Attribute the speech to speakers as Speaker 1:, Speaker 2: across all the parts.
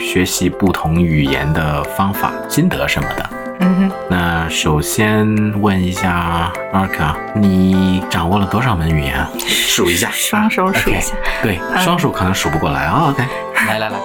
Speaker 1: 学习不同语言的方法、心得什么的。
Speaker 2: 嗯哼，
Speaker 1: 那首先问一下 Arka，你掌握了多少门语言啊？数一下。
Speaker 2: 双
Speaker 1: 啊
Speaker 2: 手嗯数一下。
Speaker 1: 对，双手可能数不过来啊。OK，来来来，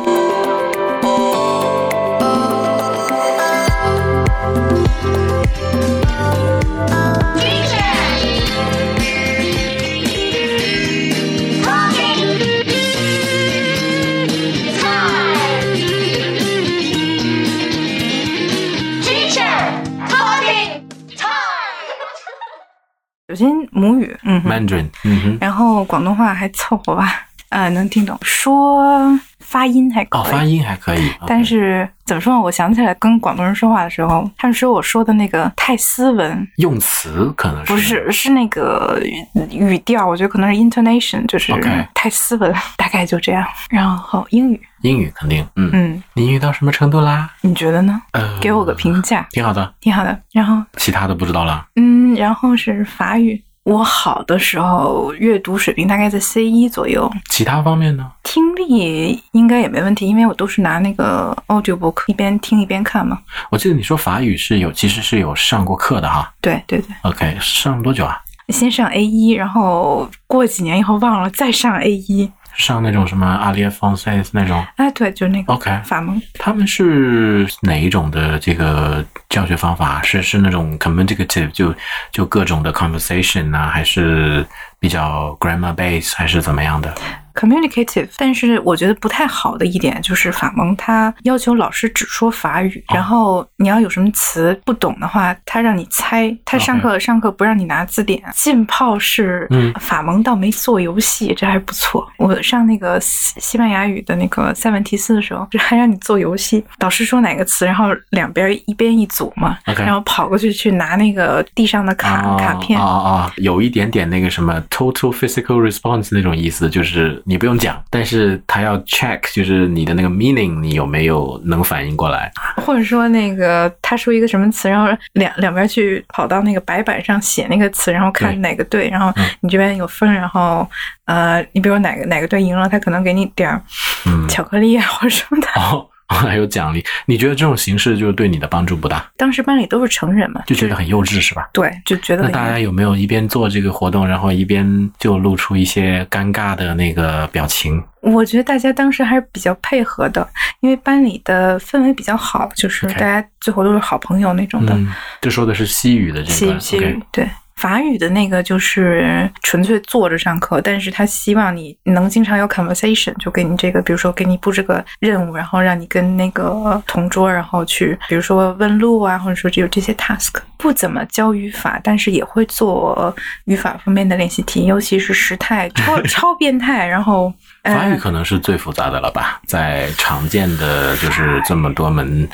Speaker 2: 首先母语，嗯哼，
Speaker 1: Mandarin。嗯哼。
Speaker 2: 然后广东话还凑合吧， 呃，能听懂，说发音还可以。
Speaker 1: 哦，发音还可以。OK
Speaker 2: 但是怎么说呢？我想起来跟广东人说话的时候，他们说我说的那个太斯文，
Speaker 1: 用词可能是
Speaker 2: 不是是那个语语调，我觉得可能是 intonation，就是
Speaker 1: OK
Speaker 2: 太斯文 大概就这样。然后英语，
Speaker 1: 英语肯定。嗯，
Speaker 2: 嗯，
Speaker 1: 你英语到什么程度啦？
Speaker 2: 你觉得呢？
Speaker 1: 呃，
Speaker 2: 给我个，评价，
Speaker 1: 挺好的。
Speaker 2: 挺好的。然后，
Speaker 1: 其他的不知道了。
Speaker 2: 嗯，然后是法语。我好的时候阅读水平大概在 C 一左右，
Speaker 1: 其他方面呢？
Speaker 2: 听力应该也没问题，因为我都是拿那个 audiobook 一边听一边看嘛。
Speaker 1: 我记得你说法语是有，其实是有上过课的哈。
Speaker 2: 对对对，
Speaker 1: OK，上了多久啊？
Speaker 2: 先上 A 一，然后过几年以后忘了再上 A 一。
Speaker 1: 上那种什么阿列方塞那种
Speaker 2: 哎，对，就是那个
Speaker 1: ？OK，
Speaker 2: 法蒙。
Speaker 1: 他们是哪一种的这个教学方法？是是那种 communicative，就就各种的 conversation 呢、还是比较 grammar base，还是怎么样的？
Speaker 2: communicative，但是我觉得不太好的一点就是法蒙他要求老师只说法语，
Speaker 1: 哦
Speaker 2: 然后你要有什么词不懂的话，他让你猜。他上课上课不让你拿字典，浸泡式
Speaker 1: 嗯
Speaker 2: 法蒙倒没做游戏，这还不错。我上那个西西班牙语的那个塞万提斯的时候，就还让你做游戏，导师说哪个词，然后两边一边一组嘛
Speaker 1: OK
Speaker 2: 然后跑过去去拿那个地上的卡、
Speaker 1: 啊
Speaker 2: 卡片。
Speaker 1: 啊啊，有一点点那个什么 total physical response 那种意思，就是你不用讲，但是他要 check，就是你的那个 meaning 你有没有能反应过来。
Speaker 2: 或者说那个他说一个什么词，然后两两边去跑到那个白板上写那个词，然后看
Speaker 1: 对
Speaker 2: 哪个对，然后
Speaker 1: 嗯
Speaker 2: 你这边有分，然后呃，你比如哪个哪个队赢了，他可能给你点儿
Speaker 1: 嗯，
Speaker 2: 巧克力啊或者什么的。
Speaker 1: 哦， 还有奖励，你觉得这种形式就是对你的帮助不大，
Speaker 2: 当时班里都是成人嘛，
Speaker 1: 就觉得很幼稚是吧？
Speaker 2: 对，就觉得
Speaker 1: 那
Speaker 2: 很
Speaker 1: 大家有没有一边做这个活动，然后一边就露出一些尴尬的那个表情？
Speaker 2: 我觉得大家当时还是比较配合的，因为班里的氛围比较好，就是
Speaker 1: OK
Speaker 2: 大家最后都是好朋友那种的。
Speaker 1: 嗯，这说的是西语的这
Speaker 2: 西
Speaker 1: 个
Speaker 2: 语，西
Speaker 1: OK
Speaker 2: 语对。法语的那个就是纯粹坐着上课，但是他希望你能经常有 conversation，就给你这个，比如说给你布置个任务，然后让你跟那个同桌，然后去，比如说问路啊，或者说只有这些 task，不怎么教语法，但是也会做语法方面的练习题，尤其是时态 超超变态，然后
Speaker 1: 法语
Speaker 2: 呃
Speaker 1: 可能是最复杂的了吧，在常见的就是这么多门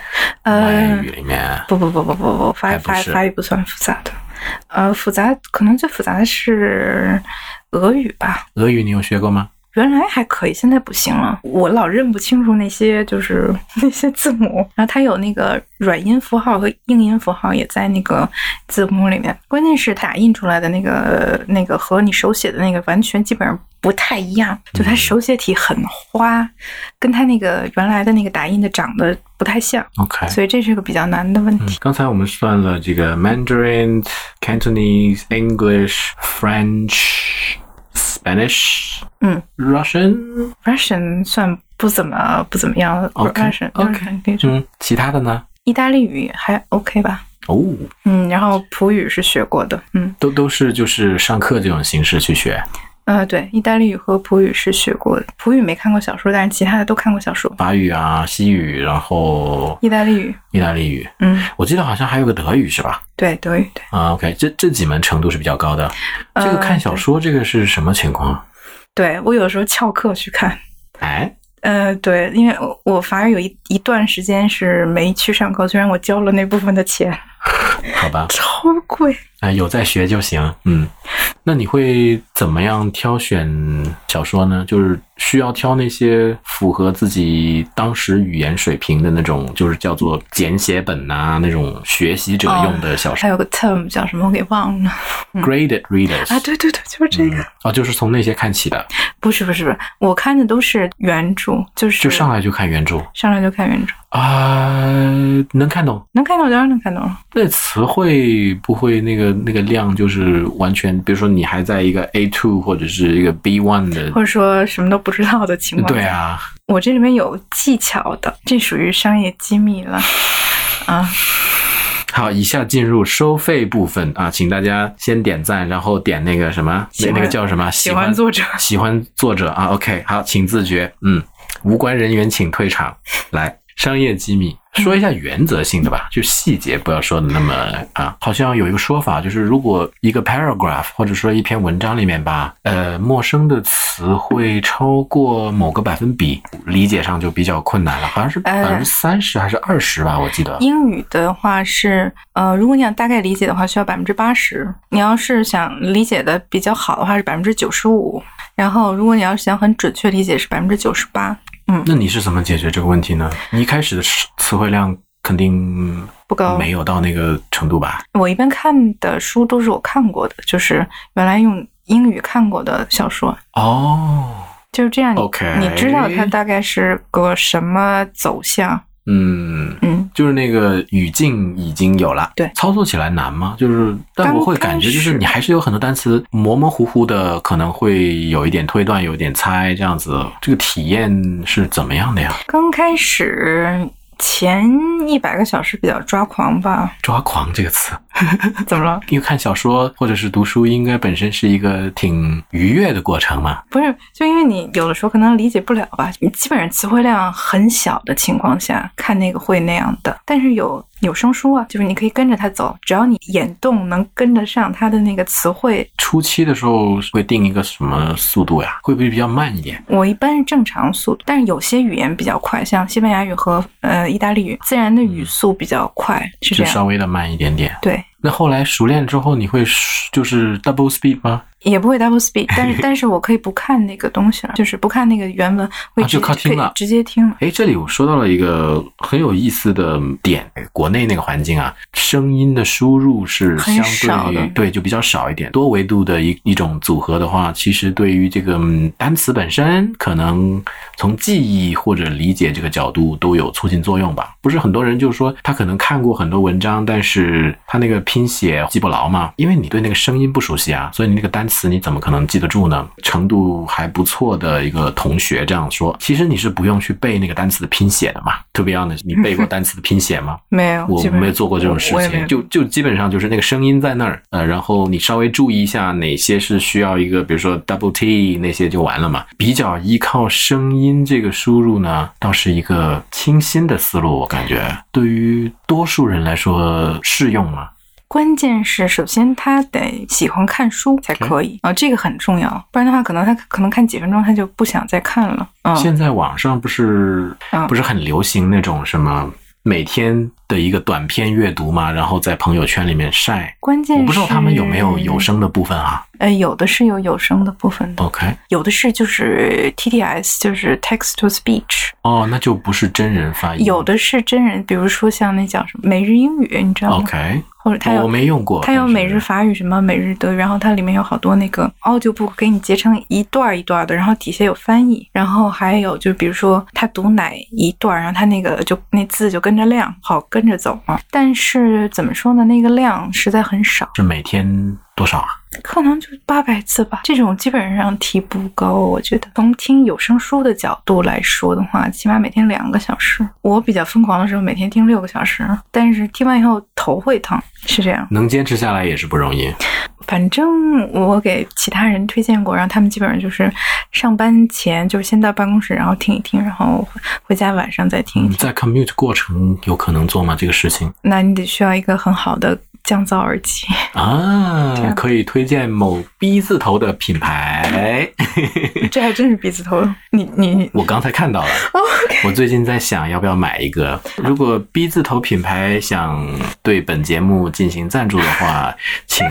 Speaker 2: 呃
Speaker 1: 外语里面，
Speaker 2: 不不不不不不，法
Speaker 1: 还
Speaker 2: 语
Speaker 1: 不
Speaker 2: 法语
Speaker 1: 是
Speaker 2: 法语不算复杂的，呃，复杂可能最复杂的是俄语吧，
Speaker 1: 俄语你有学过吗？
Speaker 2: 原来还可以，现在不行了。我老认不清楚那些就是 那些字母，然后它有那个软音符号和硬音符号也在那个字母里面。关键是打印出来的那个那个和你手写的那个完全基本上不太一样，就它手写体很花，跟它那个原来的那个打印的长得不太像，
Speaker 1: OK，嗯
Speaker 2: 所以这是个比较难的问题。
Speaker 1: 刚才我们算了这个 Mandarin、Cantonese、English、French、Spanish，
Speaker 2: 嗯
Speaker 1: ，Russian，
Speaker 2: Russian 算不怎么不怎么样了
Speaker 1: OK，
Speaker 2: Russian
Speaker 1: OK，
Speaker 2: Russian 可以说
Speaker 1: 嗯，其他的呢？
Speaker 2: 意大利语还 OK 吧？
Speaker 1: 哦，
Speaker 2: 嗯，然后普语是学过的，嗯，
Speaker 1: 都都是就是上课这种形式去学，
Speaker 2: 呃，对，意大利语和普语是学过的，普语没看过小说，但是其他的都看过小说。
Speaker 1: 法语啊、西语，然后
Speaker 2: 意大利语，
Speaker 1: 意大利语，
Speaker 2: 嗯，
Speaker 1: 我记得好像还有个德语是吧？
Speaker 2: 对，德语，对，
Speaker 1: 啊，OK，这这几门程度是比较高的。这个
Speaker 2: 呃
Speaker 1: 看小说，这个是什么情况？
Speaker 2: 对我有时候翘课去看。
Speaker 1: 哎，
Speaker 2: 呃，对，因为我我反而有一一段时间是没去上课，虽然我交了那部分的钱，
Speaker 1: 好吧？
Speaker 2: 超贵。
Speaker 1: 哎，有在学就行。嗯，那你会怎么样挑选小说呢？就是需要挑那些符合自己当时语言水平的那种，就是叫做简写本啊，那种学习者用的小
Speaker 2: 还
Speaker 1: 说。
Speaker 2: 有个 term 叫什么我给忘了
Speaker 1: Graded readers
Speaker 2: 嗯啊？对对对，就是这个。
Speaker 1: 嗯哦，就是从那些看起的，
Speaker 2: 不是不是不是，我看的都是原著，就是
Speaker 1: 就上来就看原著
Speaker 2: 上来就看原著，
Speaker 1: 啊、能看懂。
Speaker 2: 能看懂当然能看懂了。
Speaker 1: 那词汇不会那个那个量就是完全，比如说你还在一个 A two 或者是一个 B one 的
Speaker 2: 或，者说什么都不知道的情况，
Speaker 1: 对，啊，
Speaker 2: 我这里面有技巧的，这属于商业机密了啊！
Speaker 1: 好，以下进入收费部分啊，请大家先点赞，然后点那个什么，
Speaker 2: 喜
Speaker 1: 那
Speaker 2: 欢
Speaker 1: 那个叫什么？喜
Speaker 2: 喜欢作者，
Speaker 1: 喜欢作者啊。OK，好，请自觉，嗯，无关人员请退场。来，商业机密，
Speaker 2: 嗯
Speaker 1: 说一下原则性的吧，就细节不要说的那么啊。好像有一个说法，就是如果一个 paragraph 或者说一篇文章里面吧，呃，陌生的词汇超过某个百分比，理解上就比较困难了，好像是百
Speaker 2: 哎
Speaker 1: 分之三十还是二十吧，我记得。
Speaker 2: 英语的话是，呃，如果你想大概理解的话，需要百分之八十；你要是想理解的比较好的话，是百分之九十五。然后，如果你要是想很准确理解，是百分之九十八，
Speaker 1: 那你是怎么解决这个问题呢？你一开始的词词汇量肯定
Speaker 2: 不高。
Speaker 1: 没有到那个程度吧？
Speaker 2: 我一般看的书都是我看过的，就是原来用英语看过的小说，
Speaker 1: 哦，
Speaker 2: 就是这样你。
Speaker 1: OK
Speaker 2: 你知道它大概是个什么走向？
Speaker 1: 嗯，
Speaker 2: 嗯，
Speaker 1: 就是那个语境已经有了，
Speaker 2: 对
Speaker 1: 操作起来难吗？就是，但我会感觉就是
Speaker 2: 刚开始
Speaker 1: 你还是有很多单词模模糊糊的，可能会有一点推断，有一点猜这样子，这个体验是怎么样的呀？
Speaker 2: 刚开始前一百个小时比较抓狂吧？
Speaker 1: 抓狂这个词，
Speaker 2: 怎么了？
Speaker 1: 因为看小说或者是读书，应该本身是一个挺愉悦的过程嘛。
Speaker 2: 不是，就因为你有的时候可能理解不了吧，你基本上词汇量很小的情况下看那个会那样的，但是有有声书啊，就是你可以跟着它走，只要你眼动能跟得上它的那个词汇，
Speaker 1: 初期的时候会定一个什么速度呀？会不会比较慢一点？
Speaker 2: 我一般是正常速度，但是有些语言比较快，像西班牙语和呃意大利语，自然的语速比较快，是这
Speaker 1: 嗯就
Speaker 2: 样。
Speaker 1: 稍微的慢一点点。
Speaker 2: 对，
Speaker 1: 那后来熟练之后，你会就是 double speed 吗？
Speaker 2: 也不会 double speed，但是但是我可以不看那个东西了，就是不看那个原文，会
Speaker 1: 啊
Speaker 2: 直
Speaker 1: 就靠听
Speaker 2: 可以
Speaker 1: 了
Speaker 2: 直接听了。
Speaker 1: 哎，这里我说到了一个很有意思的点，哎国内那个环境啊，声音的输入是
Speaker 2: 很
Speaker 1: 相
Speaker 2: 少
Speaker 1: 对于
Speaker 2: 的
Speaker 1: 对就比较少一点，多维度的一一种组合的话，其实对于这个嗯单词本身，可能从记忆或者理解这个角度都有促进作用吧。不是很多人就说他可能看过很多文章，但是他那个拼写记不牢嘛，因为你对那个声音不熟悉啊，所以你那个单词你怎么可能记得住呢？程度还不错的一个同学这样说，其实你是不用去背那个单词的拼写的嘛。To be honest，你背过单词的拼写吗？
Speaker 2: 没有，
Speaker 1: 我
Speaker 2: 基本
Speaker 1: 没
Speaker 2: 上
Speaker 1: 做过这种事
Speaker 2: 我也没
Speaker 1: 情，
Speaker 2: 有
Speaker 1: 就就基本上就是那个声音在那儿，呃，然后你稍微注意一下哪些是需要一个，比如说 double t 那些就完了嘛。比较依靠声音这个输入呢，倒是一个清新的思路，我感觉对于多数人来说适用吗？
Speaker 2: 关键是，首先他得喜欢看书才可以啊、这个很重要，不然的话，可能他可能看几分钟他就不想再看了。嗯，
Speaker 1: 现在网上不是
Speaker 2: 嗯
Speaker 1: 不是很流行那种什么每天的一个短篇阅读嘛，然后在朋友圈里面晒。
Speaker 2: 关键
Speaker 1: 我
Speaker 2: 是
Speaker 1: 不知道他们有没有有，声哦的部分啊。
Speaker 2: 呃，有的是有有声的部分的，
Speaker 1: OK，
Speaker 2: 有的是就是 TTS，就是 text to speech，
Speaker 1: 哦，那就不是真人翻译。
Speaker 2: 有的是真人，比如说像那叫什么每日英语，你知道吗
Speaker 1: OK，
Speaker 2: 或者他
Speaker 1: 哦我
Speaker 2: 有。
Speaker 1: 没用过。
Speaker 2: 它有
Speaker 1: 但是
Speaker 2: 每日法语什么每日德语，然后它里面有好多那个 audiobook 给你截成一段儿一段儿的，然后底下有翻译，然后还有就比如说他读哪一段儿，然后他那个就那字就跟着亮，好跟着走嘛。但是怎么说呢，那个量实在很少，
Speaker 1: 是每天多少啊？
Speaker 2: 可能就八百字吧，这种基本上提不高，我觉得。从听有声书的角度来说的话，起码每天两个小时。我比较疯狂的时候，每天听六个小时，但是听完以后头会疼，是这样。
Speaker 1: 能坚持下来也是不容易。
Speaker 2: 反正我给其他人推荐过，然后他们基本上就是上班前就是先到办公室，然后听一听，然后回回家晚上再听一
Speaker 1: 你
Speaker 2: 听。
Speaker 1: 在 commute 过程有可能做吗？这个事情
Speaker 2: 那你得需要一个很好 的降噪耳机，
Speaker 1: 啊
Speaker 2: 这，样
Speaker 1: 可以推荐某 B 字头的品牌。 哎，
Speaker 2: 这还真是鼻子头。你你
Speaker 1: 我刚才看 到了，我最近在想要不要买一个。如果 B 字头品牌想对本节目进行赞助的 话，请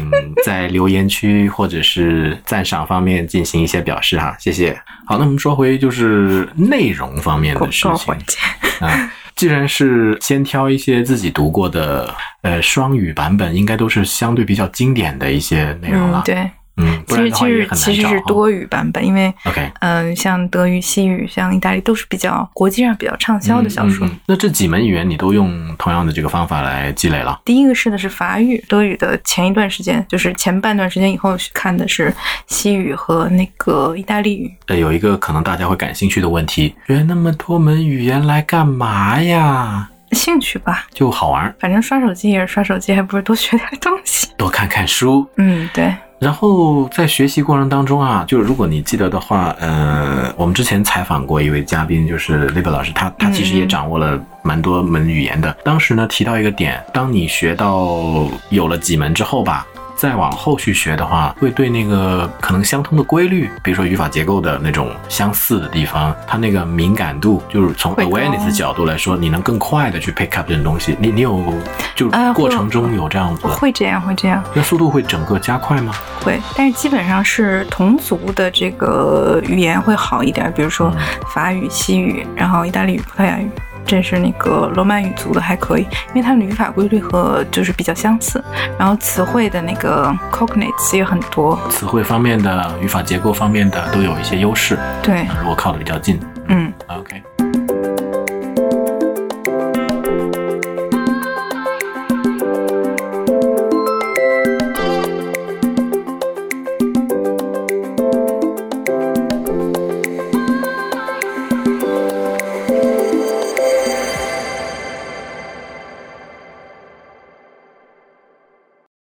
Speaker 1: 在留言区或者是赞赏方面进行一些表示哈，谢谢。好，那我们说回就是内容方面
Speaker 2: 广
Speaker 1: 的事
Speaker 2: 告
Speaker 1: 情
Speaker 2: 环节，
Speaker 1: 啊。既然是先挑一些自己读过的，呃，双语版本，应该都是相对比较经典的一些内容
Speaker 2: 嗯
Speaker 1: 了，。
Speaker 2: 对，
Speaker 1: 嗯，不然
Speaker 2: 其实
Speaker 1: 的
Speaker 2: 其
Speaker 1: 话也
Speaker 2: 实
Speaker 1: 很
Speaker 2: 其
Speaker 1: 难
Speaker 2: 实
Speaker 1: 找啊
Speaker 2: 是
Speaker 1: 哈。
Speaker 2: 多语版本，因为
Speaker 1: OK，
Speaker 2: 嗯、像德语、西语、像意大利都是比较国际上比较畅销的小说。
Speaker 1: 嗯嗯嗯那这几门语言你都用同样的这个方法来积累了？
Speaker 2: 第一个试的是法语，德语的前一段时间，就是前半段时间以后看的是西语和那个意大利语。
Speaker 1: 呃，有一个可能大家会感兴趣的问题：学那么多门语言来干嘛呀？
Speaker 2: 兴趣吧，
Speaker 1: 就好玩儿，
Speaker 2: 反正刷手机也是刷手机，还不如多学点东 西。
Speaker 1: 多看看书。
Speaker 2: 嗯，对，
Speaker 1: 然后在学习过程当中啊，就是如果你记得的话，呃，我们之前采访过一位嘉宾，就是 l i b 老师，他他其实也
Speaker 2: 嗯嗯
Speaker 1: 掌握了蛮多门语言的。当时呢提到一个点，当你学到有了几门之后吧。再往后去学的话，会对那个可能相通的规律，比如说语法结构的那种相似的地方，它那个敏感度，就是从
Speaker 2: 会高
Speaker 1: awareness 的角度来说，你能更快的去 pick up 这种东西。你你有就
Speaker 2: 啊
Speaker 1: 过
Speaker 2: 会
Speaker 1: 程中有这样子
Speaker 2: 我
Speaker 1: 的，
Speaker 2: 会这样，会这样，
Speaker 1: 那速度会整个加快吗？
Speaker 2: 会。但是基本上是同族的这个语言会好一点，比如说法语、西语，然后意大利语、葡萄牙语。这是那个罗曼语族的还可以，因为他们的语法规律和就是比较相似，然后词汇的那个 cognates 也很多，
Speaker 1: 词汇方面的、语法结构方面的都有一些优势，
Speaker 2: 对，
Speaker 1: 如果靠得比较近。
Speaker 2: 嗯，
Speaker 1: OK，